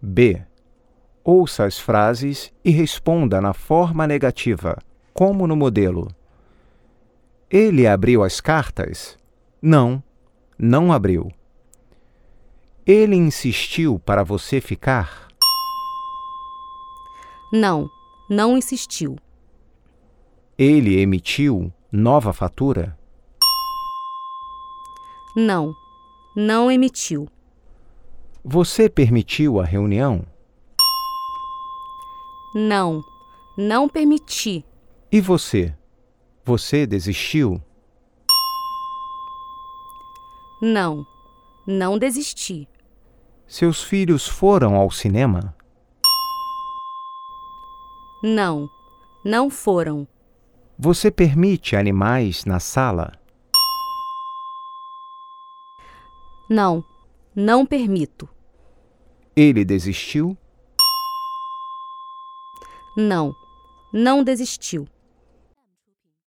B. Ouça as frases e responda na forma negativa, como no modelo. Ele abriu as cartas? Não, não abriu. Ele insistiu para você ficar? Não, não insistiu. Ele emitiu nova fatura? Não, não emitiu. Você permitiu a reunião? Não, não permiti. E você? Você desistiu? Não, não desisti. Seus filhos foram ao cinema? Não, não foram. Você permite animais na sala? Não, não permito. Ele desistiu? Não, não desistiu.